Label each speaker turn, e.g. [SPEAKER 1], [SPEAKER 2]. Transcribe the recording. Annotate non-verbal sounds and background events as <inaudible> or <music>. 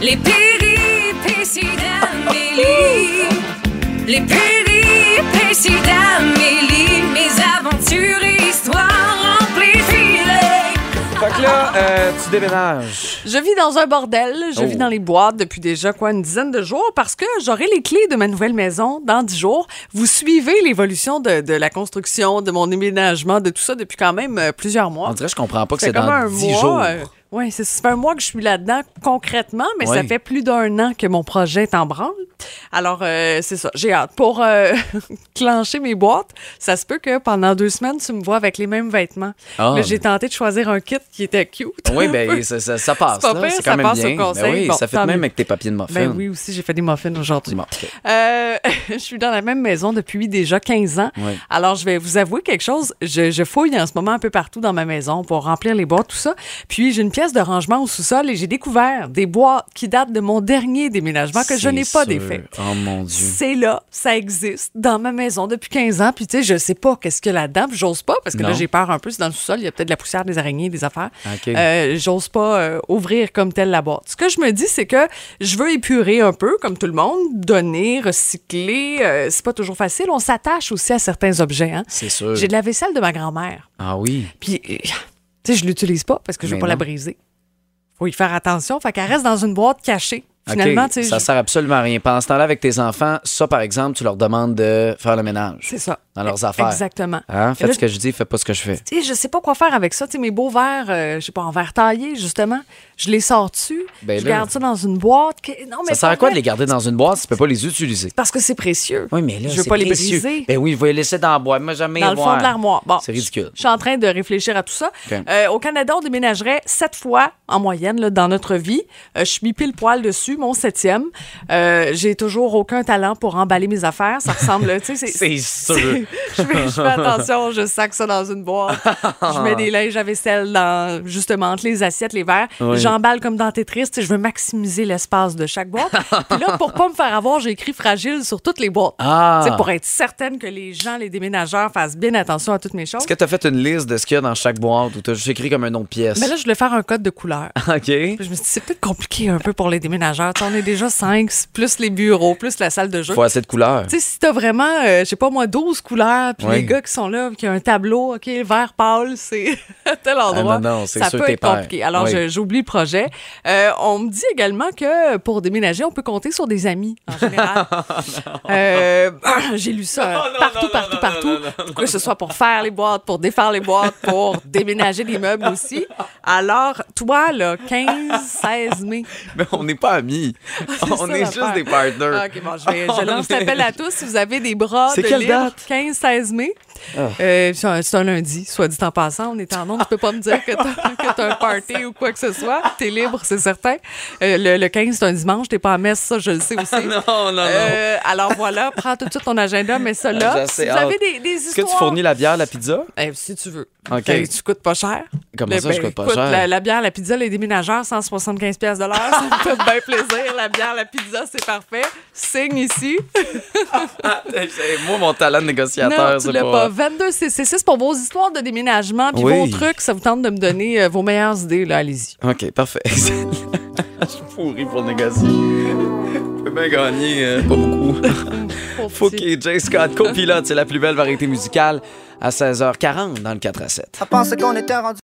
[SPEAKER 1] Les péripéties d'Amélie. Les péripéties d'Amélie. Mes aventures et histoires amplifiées.
[SPEAKER 2] Fait que là, euh, tu déménages.
[SPEAKER 3] Je vis dans un bordel. Je
[SPEAKER 2] Oh.
[SPEAKER 3] vis dans les boîtes depuis déjà quoi une dizaine de jours parce que j'aurai les clés de ma nouvelle maison dans dix jours. Vous suivez l'évolution de, de la construction, de mon déménagement, de tout ça depuis quand même euh, plusieurs mois.
[SPEAKER 2] On dirait que je comprends pas que
[SPEAKER 3] Ça fait
[SPEAKER 2] c'est
[SPEAKER 3] comme
[SPEAKER 2] dans
[SPEAKER 3] un
[SPEAKER 2] 10
[SPEAKER 3] mois,
[SPEAKER 2] jours.
[SPEAKER 3] euh, ouais, c'est ça fait un mois que je suis là-dedans concrètement, mais ça
[SPEAKER 2] Oui.
[SPEAKER 3] fait plus d'un an que mon projet est en branle. Alors, euh, c'est ça. J'ai hâte. Pour euh, <laughs> clencher mes boîtes, ça se peut que pendant deux semaines, tu me vois avec les mêmes vêtements.
[SPEAKER 2] Ah,
[SPEAKER 3] mais j'ai tenté de choisir un kit qui était cute.
[SPEAKER 2] <laughs>
[SPEAKER 3] <laughs>
[SPEAKER 2] Oui, ben ça, ça, ça passe.
[SPEAKER 3] C'est pas
[SPEAKER 2] là.
[SPEAKER 3] pire,
[SPEAKER 2] C'est
[SPEAKER 3] ça
[SPEAKER 2] quand même
[SPEAKER 3] passe au
[SPEAKER 2] bien. Ben
[SPEAKER 3] conseil.
[SPEAKER 2] oui,
[SPEAKER 3] Bon,
[SPEAKER 2] ça fait
[SPEAKER 3] tant
[SPEAKER 2] de même
[SPEAKER 3] mieux.
[SPEAKER 2] avec tes papiers de muffin.
[SPEAKER 3] Ben oui, aussi, j'ai fait des muffins aujourd'hui.
[SPEAKER 2] Bon, ok.
[SPEAKER 3] Euh, <laughs> je suis dans la même maison depuis déjà 15 ans.
[SPEAKER 2] Oui.
[SPEAKER 3] Alors, je vais vous avouer quelque chose. Je, je fouille en ce moment un peu partout dans ma maison pour remplir les boîtes, tout ça. Puis, j'ai une pièce de rangement au sous-sol et j'ai découvert des boîtes qui datent de mon dernier déménagement que je
[SPEAKER 2] C'est
[SPEAKER 3] n'ai pas
[SPEAKER 2] sûr.
[SPEAKER 3] défait.
[SPEAKER 2] Oh mon Dieu.
[SPEAKER 3] C'est là, ça existe dans ma maison depuis 15 ans. Puis, tu sais, je sais pas qu'est-ce qu'il y a là-dedans. puis j'ose pas parce que là,
[SPEAKER 2] Non.
[SPEAKER 3] j'ai peur un peu. C'est dans le sous-sol. Il y a peut-être de la poussière, des araignées, des affaires.
[SPEAKER 2] OK.
[SPEAKER 3] Euh, j'ose pas euh, ouvrir comme telle la boîte. Ce que je me dis, c'est que je veux épurer un peu, comme tout le monde, donner, recycler. euh, c'est pas toujours facile. On s'attache aussi à certains objets. hein.
[SPEAKER 2] C'est sûr.
[SPEAKER 3] J'ai de la vaisselle de ma grand-mère.
[SPEAKER 2] Ah oui.
[SPEAKER 3] Puis, euh, tu sais, je l'utilise pas parce que je veux
[SPEAKER 2] Mais
[SPEAKER 3] pas la
[SPEAKER 2] non.
[SPEAKER 3] briser. Faut y faire attention. Fait qu'elle reste dans une boîte cachée.
[SPEAKER 2] OK,
[SPEAKER 3] Finalement, tu sais,
[SPEAKER 2] ça
[SPEAKER 3] je-
[SPEAKER 2] sert absolument à rien. Pendant ce temps-là, avec tes enfants, ça, par exemple, tu leur demandes de faire le ménage
[SPEAKER 3] c'est ça.
[SPEAKER 2] dans leurs affaires.
[SPEAKER 3] Exactement.
[SPEAKER 2] Hein?
[SPEAKER 3] Et
[SPEAKER 2] Faites
[SPEAKER 3] là,
[SPEAKER 2] ce que je dis, fais pas ce que je fais.
[SPEAKER 3] Tu sais, je sais pas quoi faire avec ça. Tu sais, mes beaux verres, euh, je sais pas, en verre taillé, justement, je les sors-tu,
[SPEAKER 2] Ben
[SPEAKER 3] je
[SPEAKER 2] là.
[SPEAKER 3] garde ça dans une boîte. Que- Non, mais
[SPEAKER 2] Ça sert
[SPEAKER 3] pour
[SPEAKER 2] à quoi
[SPEAKER 3] vrai,
[SPEAKER 2] de les garder dans une boîte si tu peux pas les utiliser?
[SPEAKER 3] Parce que c'est précieux.
[SPEAKER 2] Oui, mais là,
[SPEAKER 3] je veux
[SPEAKER 2] c'est
[SPEAKER 3] pas
[SPEAKER 2] précieux.
[SPEAKER 3] les briser.
[SPEAKER 2] Ben oui, vous les laisser dans la boîte. Moi, jamais
[SPEAKER 3] dans
[SPEAKER 2] les
[SPEAKER 3] le
[SPEAKER 2] voir.
[SPEAKER 3] fond de l'armoire. Bon,
[SPEAKER 2] C'est ridicule.
[SPEAKER 3] Je suis en train de réfléchir à tout ça.
[SPEAKER 2] OK.
[SPEAKER 3] Euh, au Canada, on déménagerait sept fois en moyenne là, dans notre vie. Euh, je suis mis pile poil dessus, mon septième. Euh, J'ai toujours aucun talent pour emballer mes affaires. Ça ressemble, tu sais, <laughs> c'est-
[SPEAKER 2] <laughs> C'est sûr.
[SPEAKER 3] je, fais, je fais attention, je sac ça dans une boîte. Je mets des linges à vaisselle dans, justement, entre les assiettes, les verres.
[SPEAKER 2] Oui.
[SPEAKER 3] J'emballe comme dans Tetris. tu sais, Je veux maximiser l'espace de
[SPEAKER 2] <laughs>
[SPEAKER 3] chaque boîte. Puis là, pour pas me faire avoir, j'ai écrit fragile sur toutes les boîtes.
[SPEAKER 2] Ah.
[SPEAKER 3] Tu sais, Pour être certaine que les gens, les déménageurs, fassent bien attention à toutes mes choses.
[SPEAKER 2] Est-ce que tu as fait une liste de ce qu'il y a dans chaque boîte ou tu as juste écrit comme un nom de pièce?
[SPEAKER 3] Mais Ben là, je voulais faire un code de couleur.
[SPEAKER 2] <laughs> OK.
[SPEAKER 3] Puis Je me suis dit, c'est peut-être compliqué un peu pour les déménageurs. Tu sais, on est déjà cinq, plus les bureaux, plus la salle de jeu.
[SPEAKER 2] Faut assez de
[SPEAKER 3] <laughs>
[SPEAKER 2] couleurs.
[SPEAKER 3] Tu sais, si t'as vraiment, euh, je sais pas moi, 12 couleurs, puis
[SPEAKER 2] Oui.
[SPEAKER 3] les gars qui sont là, qui ont un tableau, OK, le vert pâle, c'est <laughs> à tel endroit.
[SPEAKER 2] Ah non, non, c'est
[SPEAKER 3] ça
[SPEAKER 2] sûr,
[SPEAKER 3] peut
[SPEAKER 2] t'es
[SPEAKER 3] être
[SPEAKER 2] père.
[SPEAKER 3] compliqué. Alors,
[SPEAKER 2] Oui.
[SPEAKER 3] je- j'oublie le projet. Euh, on me dit également que pour déménager, on peut compter sur des amis, en
[SPEAKER 2] <laughs>
[SPEAKER 3] général. Euh, <clears throat> J'ai lu ça euh, partout, partout, partout. que ce soit pour faire les boîtes, pour défaire les boîtes, pour déménager les meubles aussi. Alors, toi, là, 15, 16 mai,
[SPEAKER 2] Mais on n'est pas amis.
[SPEAKER 3] Ah, c'est
[SPEAKER 2] on
[SPEAKER 3] ça,
[SPEAKER 2] est juste
[SPEAKER 3] l'affaire.
[SPEAKER 2] des partners.
[SPEAKER 3] Ah, OK, bon, je,
[SPEAKER 2] <laughs>
[SPEAKER 3] vais, je
[SPEAKER 2] On
[SPEAKER 3] lance
[SPEAKER 2] est-
[SPEAKER 3] l'appel à tous. Si vous avez des bras
[SPEAKER 2] C'est
[SPEAKER 3] de
[SPEAKER 2] quelle
[SPEAKER 3] libre,
[SPEAKER 2] date? Ah.
[SPEAKER 3] 15-16 mai. Euh, c'est un- c'est un lundi, soit dit en passant. On est en ondes. Tu peux pas me dire que t'as <laughs> que t'as un party ou quoi que ce soit. T'es libre, c'est certain. Euh, le, le 15, c'est un dimanche. T'es pas à messe, ça, je le sais aussi.
[SPEAKER 2] <laughs> Oh, Non, non, non.
[SPEAKER 3] Euh, alors voilà, prends tout de suite ton agenda, mais ça
[SPEAKER 2] J'ai
[SPEAKER 3] là. Si
[SPEAKER 2] assez
[SPEAKER 3] vous
[SPEAKER 2] hâte.
[SPEAKER 3] avez des, des
[SPEAKER 2] Est-ce que
[SPEAKER 3] histoires.
[SPEAKER 2] tu fournis la bière, la pizza?
[SPEAKER 3] Eh, si tu veux.
[SPEAKER 2] OK.
[SPEAKER 3] Fait que Tu coûtes pas cher. ben,
[SPEAKER 2] Comment ça, je coûte pas
[SPEAKER 3] écoute,
[SPEAKER 2] cher? <laughs>
[SPEAKER 3] La, la bière, la pizza, les déménageurs, 175 pièces de l'heure, <laughs> ça me fait bien plaisir. La bière, la pizza, c'est parfait. Signe ici.
[SPEAKER 2] Moi, mon talent de
[SPEAKER 3] Non,
[SPEAKER 2] négociateur,
[SPEAKER 3] tu l'as pas. 22 CC6 pour vos histoires de déménagement puis
[SPEAKER 2] Oui.
[SPEAKER 3] vos trucs. Ça vous tente de me donner euh, vos meilleures idées, là, allez-y.
[SPEAKER 2] OK,
[SPEAKER 3] <laughs>
[SPEAKER 2] parfait. <laughs> je suis pourri pour négocier. Je peux bien gagner, euh, pas beaucoup.
[SPEAKER 3] Pauvre petit.
[SPEAKER 2] Fouquet, Jay
[SPEAKER 3] <laughs>
[SPEAKER 2] Scott, copilote, c'est la plus belle variété musicale à 16h40 dans le 4 à 7.
[SPEAKER 4] À penser qu'on était rendu